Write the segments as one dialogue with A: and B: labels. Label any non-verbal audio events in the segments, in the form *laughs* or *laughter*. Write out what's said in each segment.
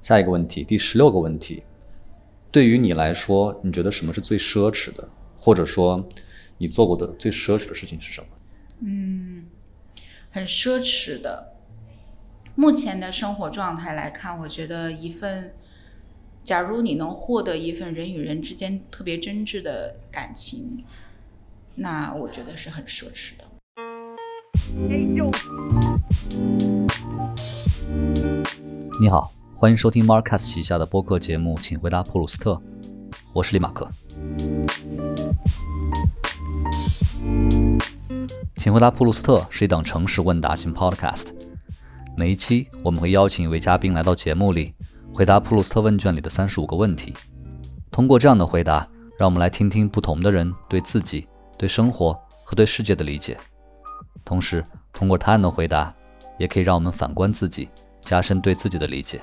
A: 下一个问题，第十六个问题，对于你来说，你觉得什么是最奢侈的？或者说，你做过的最奢侈的事情是什么？
B: 嗯，很奢侈的。目前的生活状态来看，我觉得一份，假如你能获得一份人与人之间特别真挚的感情，那我觉得是很奢侈的。
A: 你好，欢迎收听 Marcus 旗下的播客节目《请回答普鲁斯特》，我是李马克。请回答普鲁斯特是一档城市问答型 podcast，每一期我们会邀请一位嘉宾来到节目里，回答普鲁斯特问卷里的三十五个问题。通过这样的回答，让我们来听听不同的人对自己、对生活和对世界的理解。同时，通过他人的回答，也可以让我们反观自己，加深对自己的理解。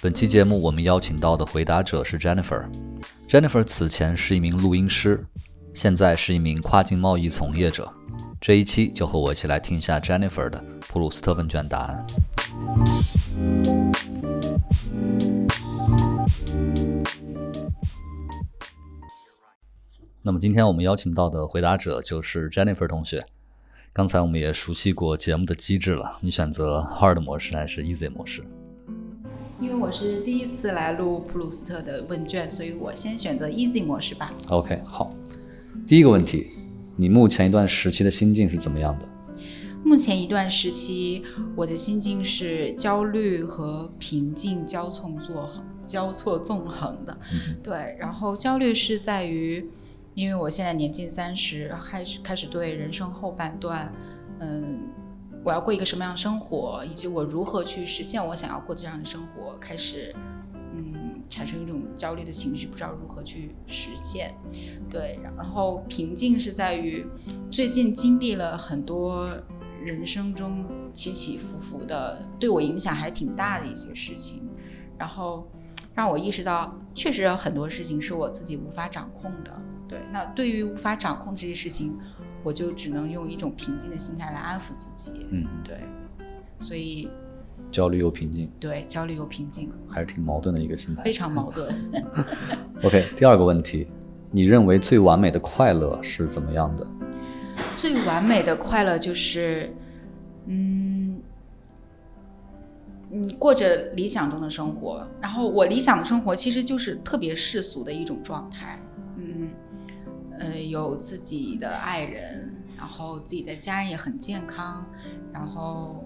A: 本期节目我们邀请到的回答者是 Jennifer。Jennifer 此前是一名录音师，现在是一名跨境贸易从业者。这一期就和我一起来听一下 Jennifer 的普鲁斯特问卷答案。那么今天我们邀请到的回答者就是 Jennifer 同学。刚才我们也熟悉过节目的机制了，你选择 hard 模式还是 easy 模式？
B: 因为我是第一次来录普鲁斯特的问卷，所以我先选择 easy 模式吧。
A: OK，好。第一个问题，你目前一段时期的心境是怎么样的？
B: 目前一段时期，我的心境是焦虑和平静交错纵横、交错纵横的。对，然后焦虑是在于，因为我现在年近三十，开始开始对人生后半段，嗯，我要过一个什么样的生活，以及我如何去实现我想要过这样的生活，开始嗯产生一种焦虑的情绪，不知道如何去实现。对，然后平静是在于最近经历了很多人生中起起伏伏的，对我影响还挺大的一些事情，然后让我意识到，确实有很多事情是我自己无法掌控的。对，那对于无法掌控这些事情，我就只能用一种平静的心态来安抚自己。
A: 嗯，
B: 对，所以
A: 焦虑又平静，
B: 对焦虑又平静，
A: 还是挺矛盾的一个心态
B: 非。常矛盾。
A: OK，第二个问题，你认为最完美的快乐是怎么样的？
B: 最完美的快乐就是，嗯，你过着理想中的生活。然后我理想的生活其实就是特别世俗的一种状态，嗯，呃，有自己的爱人，然后自己的家人也很健康，然后，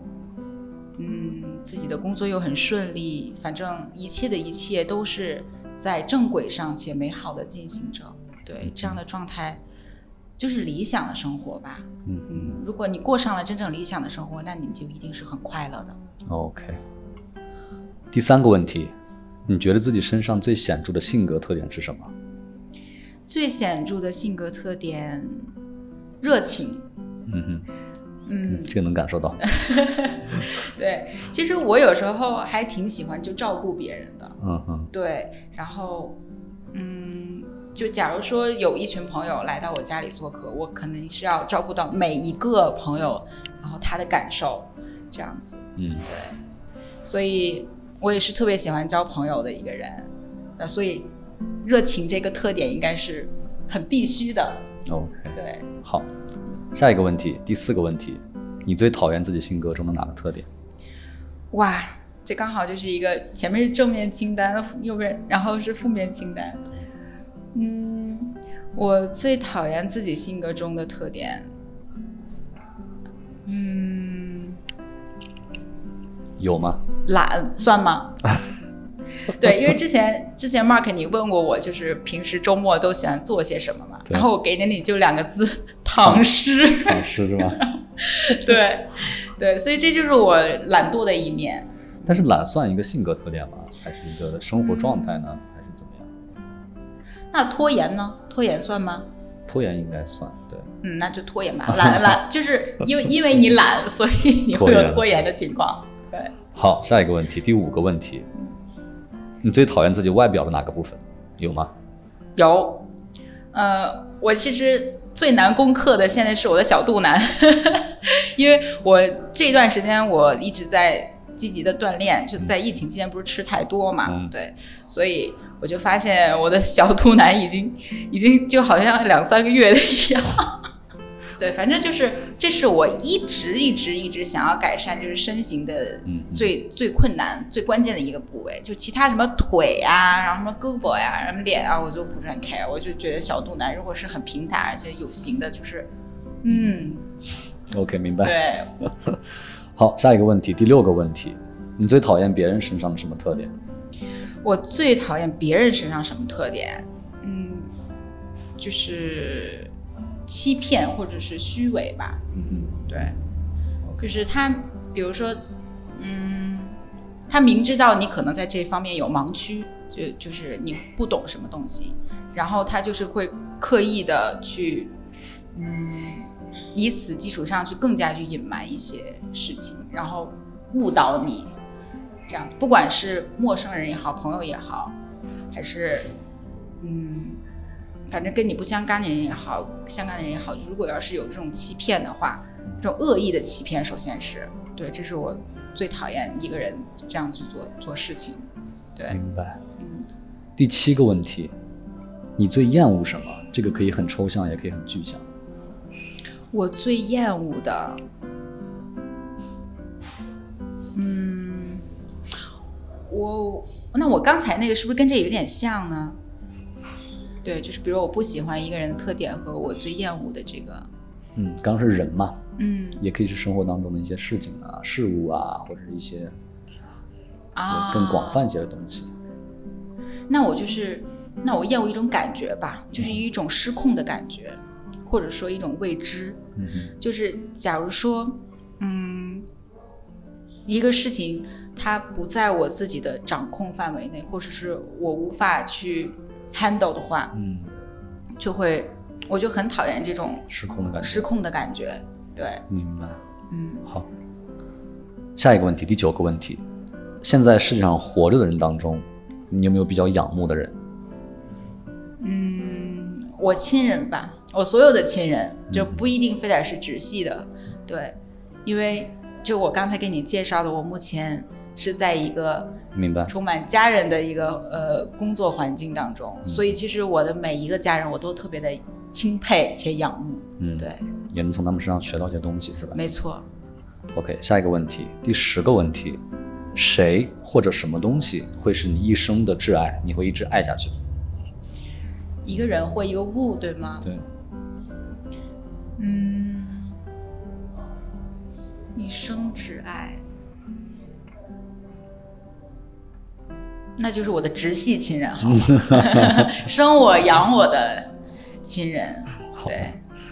B: 嗯，自己的工作又很顺利，反正一切的一切都是在正轨上且美好的进行着。对这样的状态，就是理想的生活吧。
A: 嗯
B: 嗯，如果你过上了真正理想的生活，那你就一定是很快乐的。
A: OK。第三个问题，你觉得自己身上最显著的性格特点是什么？
B: 最显著的性格特点，热情。
A: 嗯哼，
B: 嗯，
A: 这个能感受到。
B: 对，其实我有时候还挺喜欢就照顾别人的。
A: 嗯哼，
B: 对，然后，嗯，就假如说有一群朋友来到我家里做客，我可能是要照顾到每一个朋友，然后他的感受，这样子。
A: 嗯
B: 对，所以我也是特别喜欢交朋友的一个人，那所以热情这个特点应该是很必须的。
A: ，OK，
B: 对，
A: 好。下一个问题，第四个问题，你最讨厌自己性格中的哪个特点？
B: 哇，这刚好就是一个前面是正面清单，右边然后是负面清单。嗯，我最讨厌自己性格中的特点。嗯，
A: 有吗？
B: 懒算吗？对，因为之前之前 Mark 你问过我，就是平时周末都喜欢做些什么嘛？
A: 对
B: 然后我给了你就两个字： *laughs* 躺尸。
A: *laughs* 老师是吗？
B: *laughs* 对，对，所以这就是我懒惰的一面。
A: 但是懒算一个性格特点吗？还是一个生活状态呢？还是怎么样？
B: 那拖延呢？拖延算吗？
A: 拖延应该算，对。
B: 嗯，那就拖延吧。懒懒就是因为因为你懒，所以你会
A: 拖
B: 有
A: 延
B: 拖延的情况。对，
A: 好，下一个问题，第五个问题，你最讨厌自己外表的哪个部分？有吗？
B: 有，呃，我其实最难攻克的现在是我的小肚腩， *laughs* 因为我这段时间我一直在积极的锻炼，就在疫情期间不是吃太多嘛，
A: 嗯
B: 对，所以我就发现我的小肚腩已经已经就好像两三个月的一样。 *laughs* 对，反正就是，这是我一直一直一直想要改善，就是身形的
A: 嗯嗯
B: 最、最困难、最关键的一个部位。就其他什么腿啊，然后什么胳膊呀、什么脸啊，我就不是很 care。我就觉得小肚腩如果是很平坦而且有型的，就是，嗯，
A: OK，明白。
B: 对，
A: 好，下一个问题，第六个问题，你最讨厌别人身上的什么特点？
B: 我最讨厌别人身上什么特点？嗯，就是欺骗或者是虚伪吧。
A: 嗯嗯
B: 对，可是他，比如说，嗯，他明知道你可能在这方面有盲区，就就是你不懂什么东西，然后他就是会刻意的去，嗯，以此基础上去更加去隐瞒一些事情，然后误导你，这样子，不管是陌生人也好，朋友也好，还是，嗯。反正跟你不相干的人也好，相干的人也好，如果要是有这种欺骗的话，这种恶意的欺骗，首先是对，这是我最讨厌一个人这样去做做事情。对，
A: 明白。
B: 嗯，
A: 第七个问题，你最厌恶什么？这个可以很抽象，也可以很具象。
B: 我最厌恶的，嗯，我那我刚才那个是不是跟这有点像呢？对，就是比如我不喜欢一个人的特点和我最厌恶的这个，
A: 嗯，刚刚是人嘛，
B: 嗯
A: 也可以是生活当中的一些事情啊、事物啊，或者是一些
B: 啊，
A: 更广泛一些的东西。
B: 那我就是，那我厌恶一种感觉吧，就是一种失控的感觉，或者说一种未知。
A: 嗯哼，
B: 就是假如说，嗯，一个事情它不在我自己的掌控范围内，或者是我无法去 handle 的话，
A: 嗯，
B: 就会我就很讨厌这种
A: 失控的感觉。
B: 失控的感觉。对，
A: 明白。
B: 嗯，
A: 好，下一个问题，第九个问题，现在世界上活着的人当中，你有没有比较仰慕的人？
B: 我亲人吧，我所有的亲人就不一定非得是直系的，对，因为就我刚才给你介绍的，我目前是在一个
A: 明白？
B: 充满家人的一个呃工作环境当中，所以其实我的每一个家人我都特别的钦佩且仰慕，
A: 嗯，
B: 对，
A: 也能从他们身上学到一些东西，是吧
B: 没错，
A: ？OK，下一个问题，第十个问题，谁或者什么东西会是你一生的挚爱？你会一直爱下去的？
B: 一个人或一个物，对吗？
A: 对，
B: 嗯，一生挚爱，那就是我的直系亲人好了，生我养我的亲人，
A: 好
B: 对，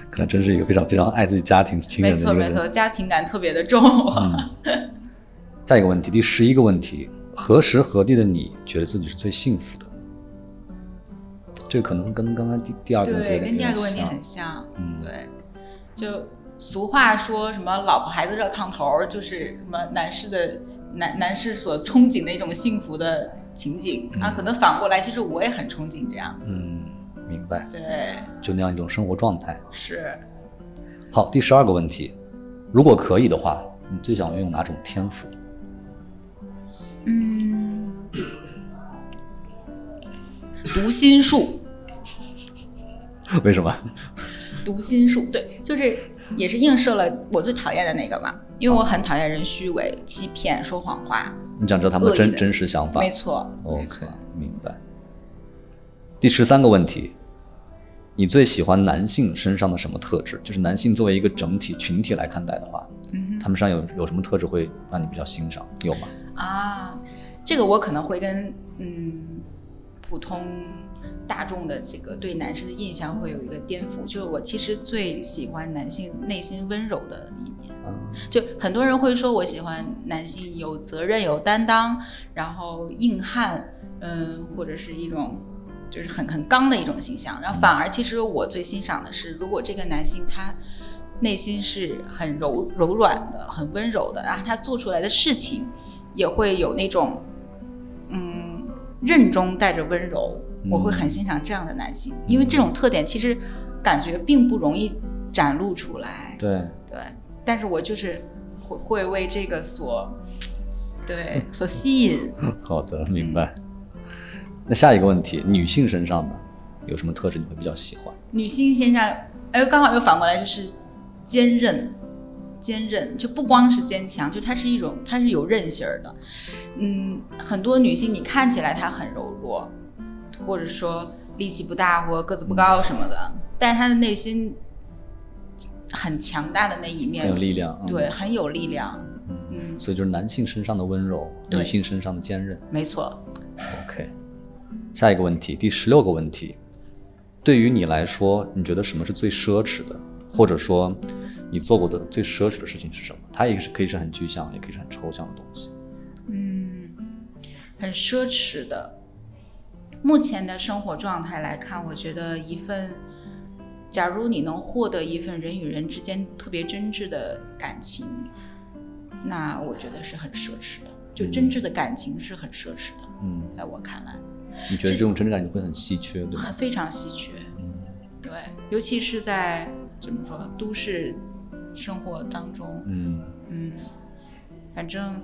A: 可能真是一个非常非常爱自己家庭亲
B: 没
A: 人的
B: 错
A: 一个
B: 没
A: 人。
B: 错，家庭感特别的重，我、
A: 下一个问题，第十一个问题，何时何地的你觉得自己是最幸福的？这可能跟刚刚第第二个问题有
B: 对，
A: 点
B: 跟第二个问题
A: 有点像
B: 很像，
A: 嗯
B: 对，就俗话说什么“老婆孩子热炕头儿”，就是什么男士的男男士所憧憬的一种幸福的情景、啊，可能反过来，其实我也很憧憬这样子，
A: 嗯，明白，
B: 对，
A: 就那样一种生活状态。 *laughs*
B: 是。
A: 好，第十二个问题，如果可以的话，你最想拥有哪种天赋？ *laughs*
B: 嗯，读心术，
A: 为什么？
B: 读心术，对，就是也是映射了我最讨厌的那个嘛，因为我很讨厌人虚伪、欺骗、说谎话，
A: 你想知道他们的
B: 恶意
A: 真
B: 的
A: 真实想法
B: 没错，没
A: ？OK，
B: 错。
A: 明白。第十三个问题，你最喜欢男性身上的什么特质？就是男性作为一个整体群体来看待的话，
B: 嗯
A: 他们身上有有什么特质会让你比较欣赏？有吗？
B: 哼啊，这个我可能会跟嗯普通大众的这个对男士的印象会有一个颠覆，就是我其实最喜欢男性内心温柔的一面。
A: 嗯，
B: 就很多人会说我喜欢男性有责任、有担当，然后硬汉，嗯、或者是一种就是很很刚的一种形象。然后反而其实我最欣赏的是，如果这个男性他内心是很柔柔软的、很温柔的，然后他做出来的事情也会有那种嗯任中带着温柔，我会很欣赏这样的男性，因为这种特点其实感觉并不容易展露出来。
A: 对， *laughs*
B: 对，但是我就是会会为这个所，对所吸引。
A: 好的，明白。
B: 嗯
A: 那下一个问题，女性身上呢，有什么特质你会比较喜欢？
B: 女性身上，哎，刚好又反过来就是坚韧，坚韧就不光是坚强，就它是一种，它是有韧性儿的。嗯，很多女性你看起来她很柔弱，或者说力气不大或个子不高什么的，但是她的内心很强大的那一面，
A: 很有力量。嗯
B: 对，，很有力量。嗯，
A: 所以就是男性身上的温柔，
B: 对
A: 女性身上的坚韧。
B: 没错。
A: OK，下一个问题，第十六个问题，对于你来说，你觉得什么是最奢侈的，或者说你做过的最奢侈的事情是什么？它也是可以是很具象，也可以是很抽象的东西。
B: 嗯，很奢侈的。目前的生活状态来看，我觉得一份，假如你能获得一份人与人之间特别真挚的感情，那我觉得是很奢侈的。就真挚的感情是很奢侈的，
A: 嗯，
B: 在我看来，
A: 你觉得这种真挚感你会很稀缺，对吧？嗯
B: 很非常稀缺。对，尤其是在怎么说都市生活当中，
A: 嗯，
B: 反正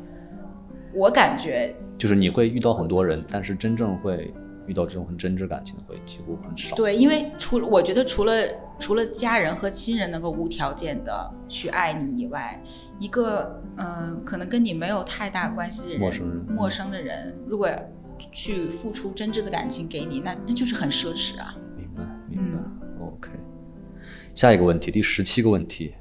B: 我感觉
A: 就是你会遇到很多人，但是真正会遇到这种很真挚感情的会几乎很少。
B: 对，因为除了我觉得除了除了家人和亲人能够无条件的去爱你以外，一个嗯、呃可能跟你没有太大关系的人，
A: 陌生人
B: 陌生的人，如果去付出真挚的感情给你，那那就是很奢侈啊。
A: 明白，明白。OK，下一个问题，第十七个问题，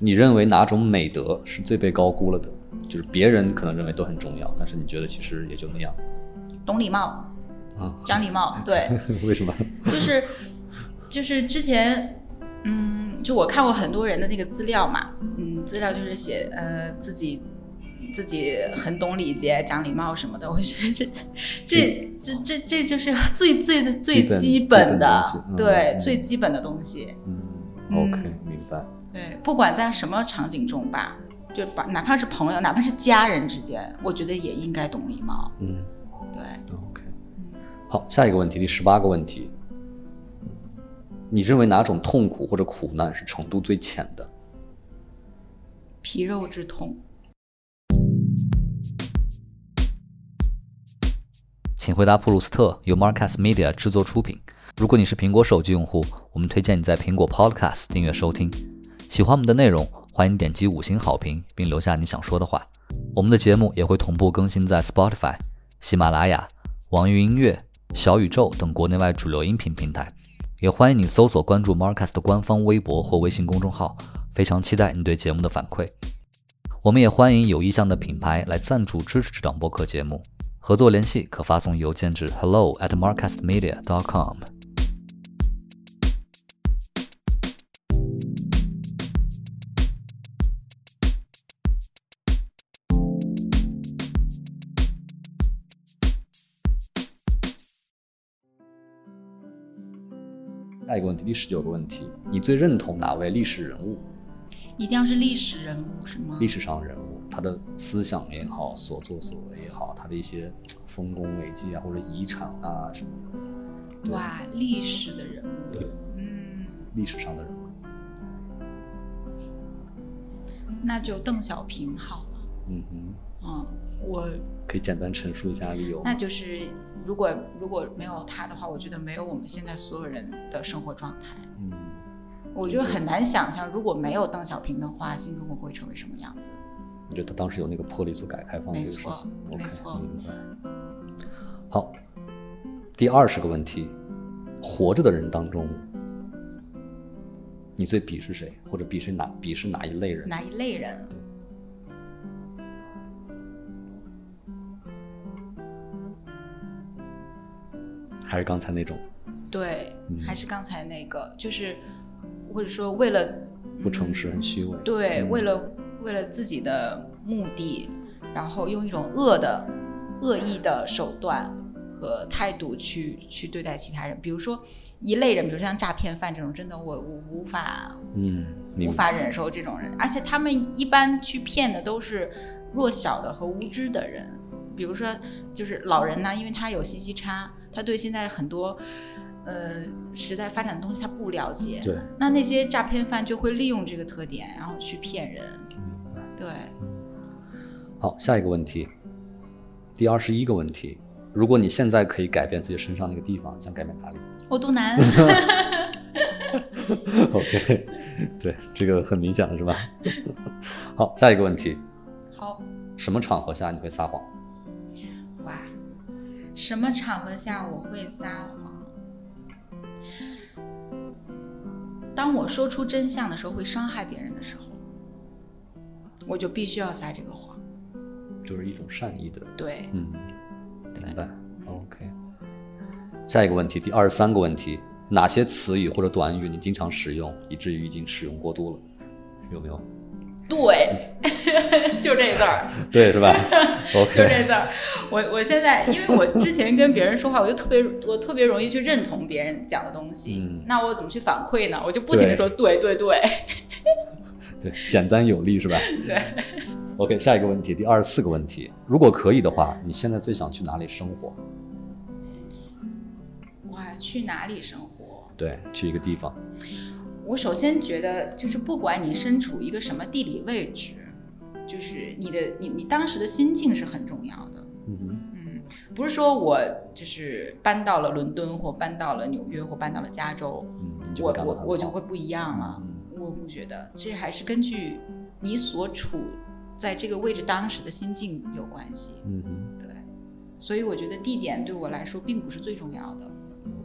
A: 你认为哪种美德是最被高估了的？就是别人可能认为都很重要，但是你觉得其实也就那样
B: 懂礼貌，
A: 啊？ *laughs*
B: 讲礼貌，对，
A: 为什么？
B: 就是就是之前，嗯，就我看过很多人的那个资料嘛，嗯，资料就是写呃自己自己很懂礼节、讲礼貌什么的，我觉得这这这这这就是最最
A: 嗯基
B: 最
A: 本
B: 基本的，
A: 基本的东西嗯
B: 对、
A: 嗯
B: 最基本的东西。
A: 嗯
B: 嗯
A: ，OK，明白。
B: 对，不管在什么场景中吧，就把哪怕是朋友，哪怕是家人之间，我觉得也应该懂礼貌。
A: 嗯
B: 对，
A: ，OK。好，下一个问题，第十八个问题，你认为哪种痛苦或者苦难是程度最浅的？
B: 皮肉之痛。
C: 请回答普鲁斯特由 Marcus Media 制作出品。如果你是苹果手机用户，我们推荐你在苹果 Podcast 订阅收听。喜欢我们的内容，欢迎点击五星好评，并留下你想说的话。我们的节目也会同步更新在 Spotify、喜马拉雅、网易云音乐、小宇宙等国内外主流音频平台。也欢迎你搜索关注 Marcus 的官方微博或微信公众号，非常期待你对节目的反馈。我们也欢迎有意向的品牌来赞助支持这档播客节目。合作联系可发送邮件至 hello at marcastmedia.com。
A: 下一个问题，第十九个问题，你最认同哪位历史人物？
B: 一定要是历史人物是吗？
A: 历史上人物，他的思想也好，所作所为也好，他的一些嘖丰功伟绩啊，或者遗产啊什么的，
B: 哇，历史的人物，
A: 对，
B: 嗯，
A: 历史上的人物，
B: 那就邓小平好了。
A: 嗯哼，
B: 嗯，我
A: 可以简单陈述一下理由吗
B: 那。就是如果如果没有他的话，我觉得没有我们现在所有人的生活状态。
A: 嗯，
B: 我觉得很难想象，如果没有邓小平的话，新中国会成为什么样子。
A: 你觉得他当时有那个魄力做改革开放这
B: 没
A: 个事
B: 错
A: 情
B: 没错
A: ，OK，明白。好，第二十个问题，活着的人当中，你最鄙视谁，或者鄙视哪鄙视哪一类人？
B: 哪一类人？
A: 还是刚才那种
B: 对，还是刚才那个，就是或者说为了嗯
A: 不诚实、很虚伪？
B: 对，为了为了自己的目的，然后用一种恶的、恶意的手段和态度去去对待其他人，比如说一类人，比如像诈骗犯这种，真的我我无法
A: 嗯，明
B: 无
A: 白。
B: 法忍受这种人，而且他们一般去骗的都是弱小的和无知的人，比如说就是老人呢，因为他有信息差，他对现在很多呃时代发展的东西他不了解，
A: 对，
B: 那那些诈骗犯就会利用这个特点，然后去骗人。对，
A: 好，下一个问题，第二十一个问题，如果你现在可以改变自己身上那个地方，想改变哪里 *laughs*
B: 我肚腩，
A: ？OK，对，这个很明显了，是吧？ *laughs* 好，下一个问题，
B: 好
A: 什么场合下你会撒谎？
B: 哇，什么场合下我会撒谎？当我说出真相的时候，会伤害别人的时候，我就必须要撒这个谎。
A: 就是一种善意的，
B: 对，
A: 嗯，明白，OK。下一个问题，第二十三个问题，哪些词语或者短语你经常使用，以至于已经使用过度了？有没有？
B: 对， *laughs* 就这字儿。
A: 对，是吧？OK，
B: *laughs* 就这字儿。我我现在，因为我之前跟别人说话，我就特别我特别容易去认同别人讲的东西。
A: 嗯
B: 那我怎么去反馈呢？我就不停的说对对对。
A: 对，简单有力是吧？
B: 对。
A: OK，下一个问题，第二十四个问题，如果可以的话，你现在最想去哪里生活？
B: 哇，去哪里生活？
A: 对，去一个地方。
B: 我首先觉得，就是不管你身处一个什么地理位置，就是你的你你当时的心境是很重要的。
A: 嗯哼，
B: 嗯，不是说我就是搬到了伦敦，或搬到了纽约，或搬到了加州，
A: 嗯，你就
B: 我
A: 会感到嗯
B: 我
A: 很
B: 我就
A: 好
B: 会不一样了。我不觉得，这还是根据你所处在这个位置当时的心境有关系。
A: 嗯哼，
B: 对，所以我觉得地点对我来说并不是最重要的。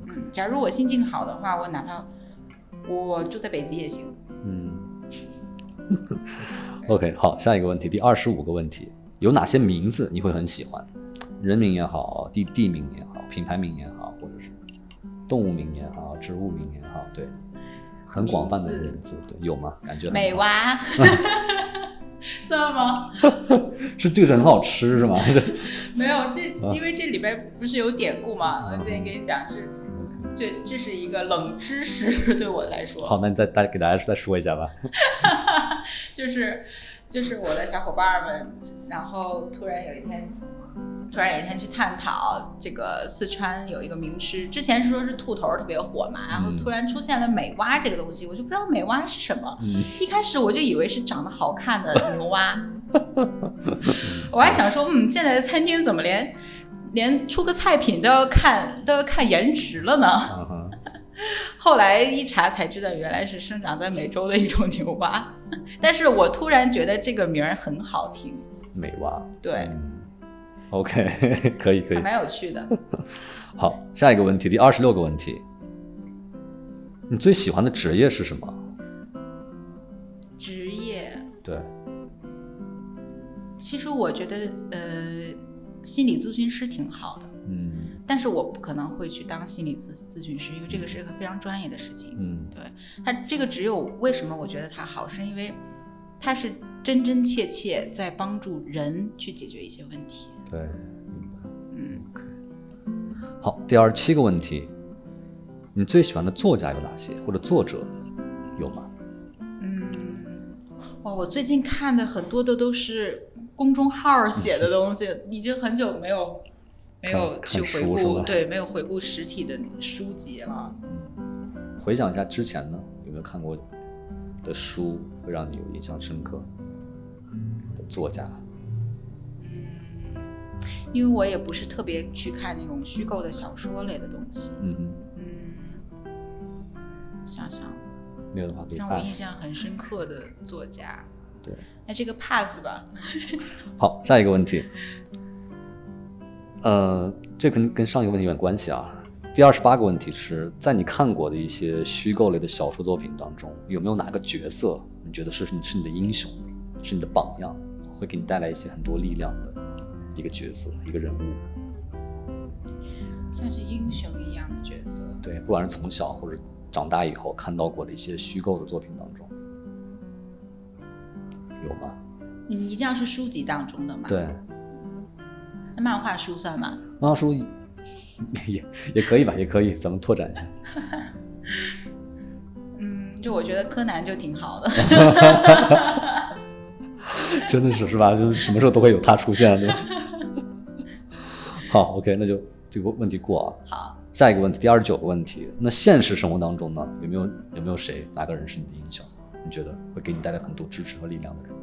B: 嗯，假如我心境好的话，我哪怕我住在北极也行。
A: 嗯。OK，好， *laughs* 下一个问题，第二十五个问题，有哪些名字你会很喜欢？人名也好，地地名也好，品牌名也好，或者是动物名也好，植物名也好，对，很广泛的
B: 名字
A: 名字，对，有吗？感觉很
B: 美
A: *laughs* 好
B: 蛙，算吗？
A: 是这个是很好吃是吗？ *laughs*
B: 没有，这因为这里边不是有典故嘛，
A: 啊嗯
B: 我之前跟你讲是，这这是一个冷知识， *laughs* 对我来说。
A: 好，那你再大给大家再说一下吧。
B: 就是就是我的小伙伴们，然后突然有一天，突然有一天去探讨这个四川有一个名吃，之前是说是兔头儿特别火嘛，然后突然出现了美蛙这个东西，我就不知道美蛙是什么，
A: 嗯
B: 一开始我就以为是长得好看的牛蛙，
A: *laughs*
B: 我还想说，嗯，现在的餐厅怎么连连出个菜品都要看都要看颜值了呢？
A: 嗯哼，
B: 后来一查才知道，原来是生长在美洲的一种牛蛙。 *laughs* 但是我突然觉得这个名儿很好听，
A: 美蛙。
B: 对，
A: 嗯 OK，可 *laughs* 以可
B: 还
A: 以。
B: 蛮有趣的。 *laughs*
A: 好，下一个问题，第二十六个问题，你最喜欢的职业是什么？
B: 职业，
A: 对，
B: 其实我觉得，呃，心理咨询师挺好的，
A: 嗯
B: 但是我不可能会去当心理咨咨询师，因为这个是个非常专业的事情。
A: 嗯
B: 对他这个只有为什么我觉得他好，是因为他是真真切切在帮助人去解决一些问题。
A: 对，明
B: 嗯，
A: 白。好，第二十七个问题，你最喜欢的作家有哪些，或者作者有吗？
B: 嗯，哇，我最近看的很多的都是公众号
A: 嗯
B: 写的东西，已经很久没有没有
A: 看看
B: 去回
A: 书是
B: 顾，
A: 吧
B: 对，没有回顾实体的书籍了。
A: 回想一下之前呢，有没有看过的书会让你有印象深刻的作家？
B: 因为我也不是特别去看那种虚构的小说类的东西，
A: 嗯哼，
B: 嗯，想想
A: 没有的话可以
B: 让我印
A: pass。
B: 象很深刻的作家，
A: 对，
B: 那这个 pass 吧，
A: 好，下一个问题，呃，这跟跟上一个问题有点关系啊。第二十八个问题是在你看过的一些虚构类的小说作品当中，有没有哪个角色你觉得是你是你的英雄，是你的榜样，会给你带来一些很多力量的一个角色，一个人物？
B: 像是英雄一样的角色。
A: 对，不管是从小或者长大以后看到过的一些虚构的作品当中，有吗？
B: 你一定要是书籍当中的嘛？
A: 对，，
B: 那漫画书算吗？
A: 漫画书 *laughs* 也也可以吧，也可以，咱们拓展一下。
B: 嗯，就我觉得柯南就挺好的。
A: 真的是是吧？就是什么时候都会有他出现，对吧？好，OK，那就这个问题过啊。
B: 好，
A: 下一个问题，第二十九个问题，那现实生活当中呢，有没有有没有谁哪个人是你的影响？你觉得会给你带来很多支持和力量的人？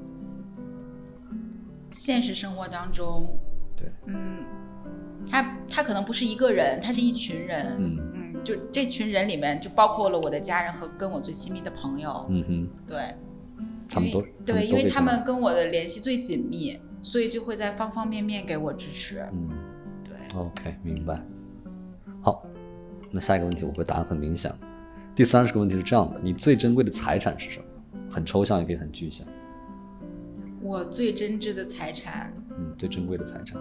B: 现实生活当中，
A: 对，
B: 嗯，他他可能不是一个人，他是一群人，
A: 嗯
B: 嗯，就这群人里面就包括了我的家人和跟我最亲密的朋友，
A: 嗯哼，
B: 对，
A: 他们
B: 因为
A: 都
B: 对，因
A: 都
B: 为
A: 给
B: 他
A: 什么
B: 们跟我的联系最紧密，所以就会在方方面面给我支持。
A: 嗯
B: 对，
A: ，OK，明白。好，那下一个问题我会答案很明显。第三十个问题是这样的：你最珍贵的财产是什么？很抽象，也可以很具象。
B: 我最真挚的财产，
A: 嗯，最珍贵的财产，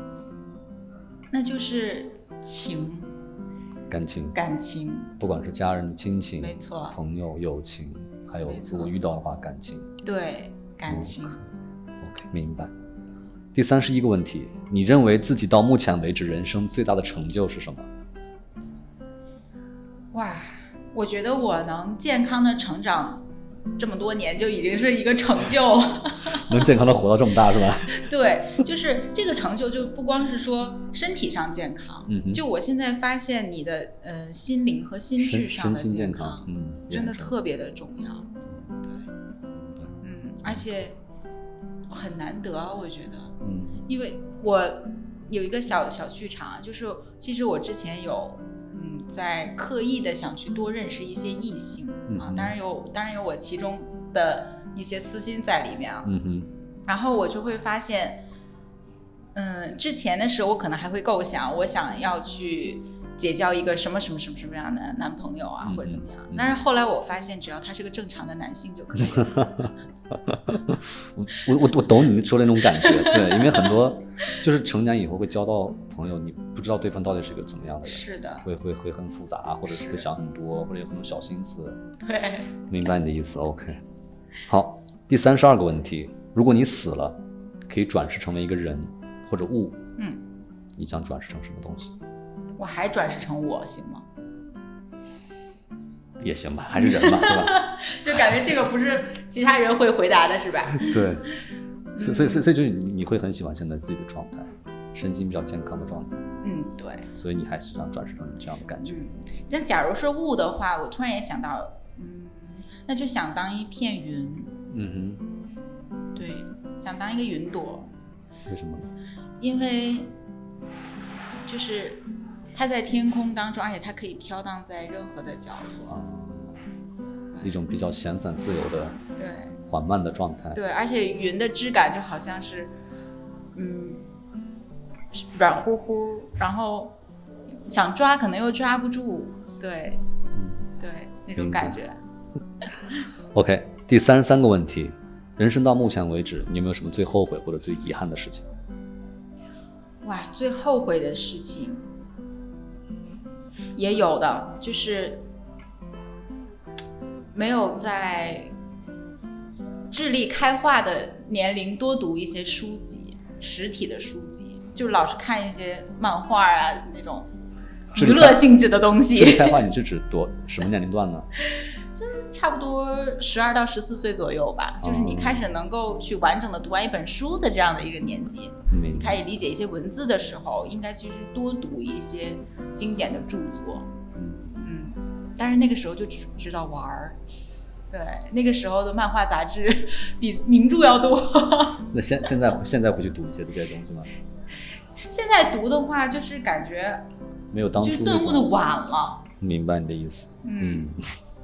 B: 那就是情
A: 感情，
B: 感情，
A: 不管是家人、亲情、
B: 没错
A: 朋友、友情，还有
B: 没错
A: 如果遇到的话，感情。
B: 对感情。
A: OK，明白。第三十一个问题，你认为自己到目前为止人生最大的成就是什么？ *laughs*
B: 哇，我觉得我能健康的成长这么多年，就已经是一个成就。
A: 能健康的活到这么大是
B: *laughs*
A: 吧？
B: 对，就是这个成就，就不光是说身体上健康，
A: 嗯哼
B: 就我现在发现你的呃心灵和心智
A: 身
B: 上
A: 身
B: 的
A: 心健
B: 康，
A: 嗯，
B: 真的
A: 也很
B: 特别的重要。对，嗯，而且很难得，啊我觉得。
A: 嗯
B: 因为我有一个小小剧场啊，就是其实我之前有嗯在刻意的想去多认识一些异性、
A: 嗯
B: 啊
A: 哼，
B: 当然有当然有我其中的一些私心在里面啊，
A: 嗯哼。
B: 然后我就会发现，嗯，之前的时候我可能还会构想，我想要去结交一个什么什么什么什么样的男朋友啊，
A: 嗯
B: 或者怎么样
A: 嗯。
B: 但是后来我发现，只要他是个正常的男性就可以
A: *laughs*
B: 了。
A: 我我我懂你说的那种感觉，对，因为很多就是成年以后会交到朋友，你不知道对方到底是一个怎么样的人，
B: 是的，
A: 会会会很复杂，或者是会
B: 是
A: 想很多，或者有很多小心思。
B: 对，
A: 明白你的意思，OK。好，第三十二个问题，如果你死了，可以转世成为一个人或者物，
B: 嗯，
A: 你想转世成什么东西？
B: 我还转世成我行吗？
A: 也行吧，还是人吧，对吧？
B: 就感觉这个不是其他人会回答的，
A: *laughs*
B: 是吧？
A: 对，所以所以所以所以就是你你会很喜欢现在自己的状态，身心比较健康的状态，
B: 嗯，对。
A: 所以你还是想转世成这样的感觉。
B: 嗯，但假如是雾的话，我突然也想到，嗯，那就想当一片云，
A: 嗯
B: 对，想当一个云朵，
A: 哼，为什么呢？
B: 因为就是它在天空当中，而且它可以飘荡在任何的角落。
A: 啊，一种比较闲散自由的、
B: 对
A: 缓慢的状态。
B: 对，而且云的质感就好像是，嗯，是软乎乎，然后想抓可能又抓不住，对，对，那种
A: 明白
B: 感觉。
A: OK，第三十三个问题，人生到目前为止，你有没有什么最后悔或者最遗憾的事情？
B: 哇，最后悔的事情也有的，就是没有在智力开化的年龄多读一些书籍，实体的书籍，就老是看一些漫画啊那种
A: 智
B: 娱
A: 力
B: 乐
A: 开
B: 性质的东
A: 智力
B: 西，
A: 开化，你是指多什么年龄段呢？
B: 差不多十二到十四岁左右吧，就是
A: 哦
B: 你开始能够去完整的读完一本书的这样的一个年纪。
A: 明
B: 你
A: 白。
B: 开始理解一些文字的时候，应该其实多读一些经典的著作。
A: 嗯，
B: 嗯，但是那个时候就只知道玩儿。对，那个时候的漫画杂志 *laughs* 比名著要多。
A: 那现现在现在回去读一些这些东西吗？
B: 现在读的话，就是感觉
A: 没有当
B: 就是
A: 初
B: 顿悟
A: 那
B: 的
A: 种
B: 晚了。
A: 明白你的意思。嗯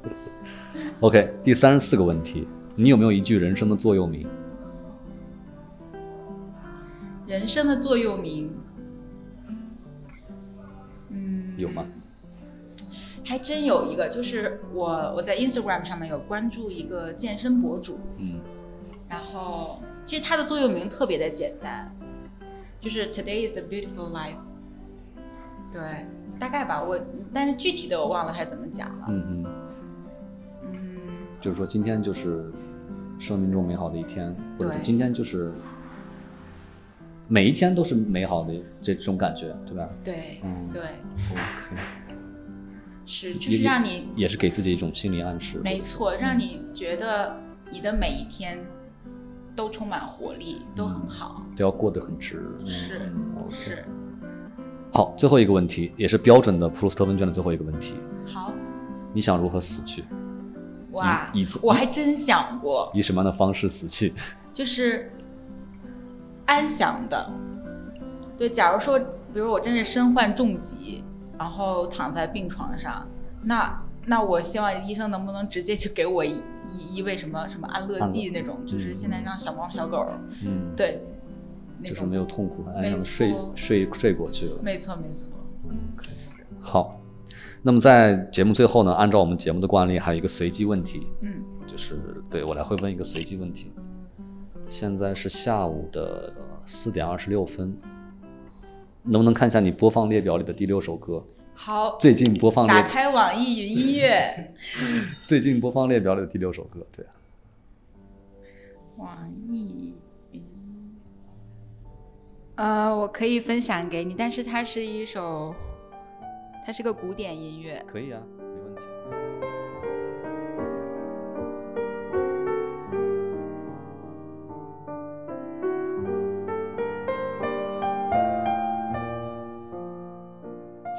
B: 嗯，
A: OK，第三十四个问题，你有没有一句人生的座右铭？
B: 人生的座右铭，嗯，
A: 有吗？
B: 还真有一个，就是我我在 Instagram 上面有关注一个健身博主，
A: 嗯
B: 然后其实它的座右铭特别的简单，就是 Today is a beautiful life。对，大概吧，我但是具体的我忘了还是怎么讲了。
A: 嗯嗯，
B: 嗯，
A: 就是说今天就是生命中美好的一天，或者是
B: 对
A: 今天就是每一天都是美好的这种感觉，对吧
B: 对
A: 嗯
B: 对，
A: ？OK，
B: 是就
A: 也
B: 是让你
A: 也是给自己一种心理暗示。
B: 没错，让你觉得你的每一天都
A: 嗯
B: 充满活力，都很好。
A: 都要过得很值。
B: 是
A: 嗯，OK
B: 是，
A: 好，最后一个问题，也是标准的普鲁斯特问卷的最后一个问题：
B: 好，
A: 你想如何死去？
B: 哇
A: 以以自，
B: 我还真想过，
A: 以什么样的方式死去？
B: 就是安详的。对，假如说，比如我真是身患重疾，然后躺在病床上，那那我希望医生能不能直接就给我一一一味什么什么安乐剂那种，就是现在让小猫小狗儿
A: 嗯，
B: 对那
A: 就是
B: 种
A: 没。有痛苦，安
B: 没
A: 然的睡
B: 错
A: 睡睡过去了。
B: 没错没错，
A: 好，那么在节目最后呢，按照我们节目的惯例，还有一个随机问题，
B: 嗯，
A: 就是对我来会问一个随机问题。现在是下午的四点二十六分，能不能看一下你播放列表里的第六首歌？
B: 好，
A: 最近播放
B: 打
A: 列
B: 开网易云音乐，
A: 最近播放列表里的第六首歌，对，
B: 网易云，呃，我可以分享给你，但是它是一首，它是个古典音乐，
A: 可以啊，没问题。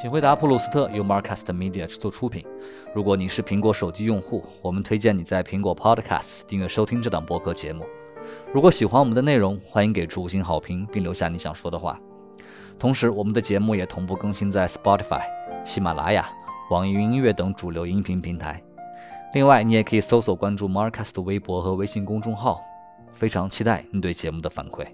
C: 请回答普鲁斯特由 Marcast Media 制作出品。如果你是苹果手机用户，我们推荐你在苹果 Podcasts 订阅收听这档播客节目。如果喜欢我们的内容，欢迎给出五星好评，并留下你想说的话。同时，我们的节目也同步更新在 Spotify、喜马拉雅、网易云音乐等主流音频平台。另外，你也可以搜索关注 Marcast 微博和微信公众号。非常期待你对节目的反馈。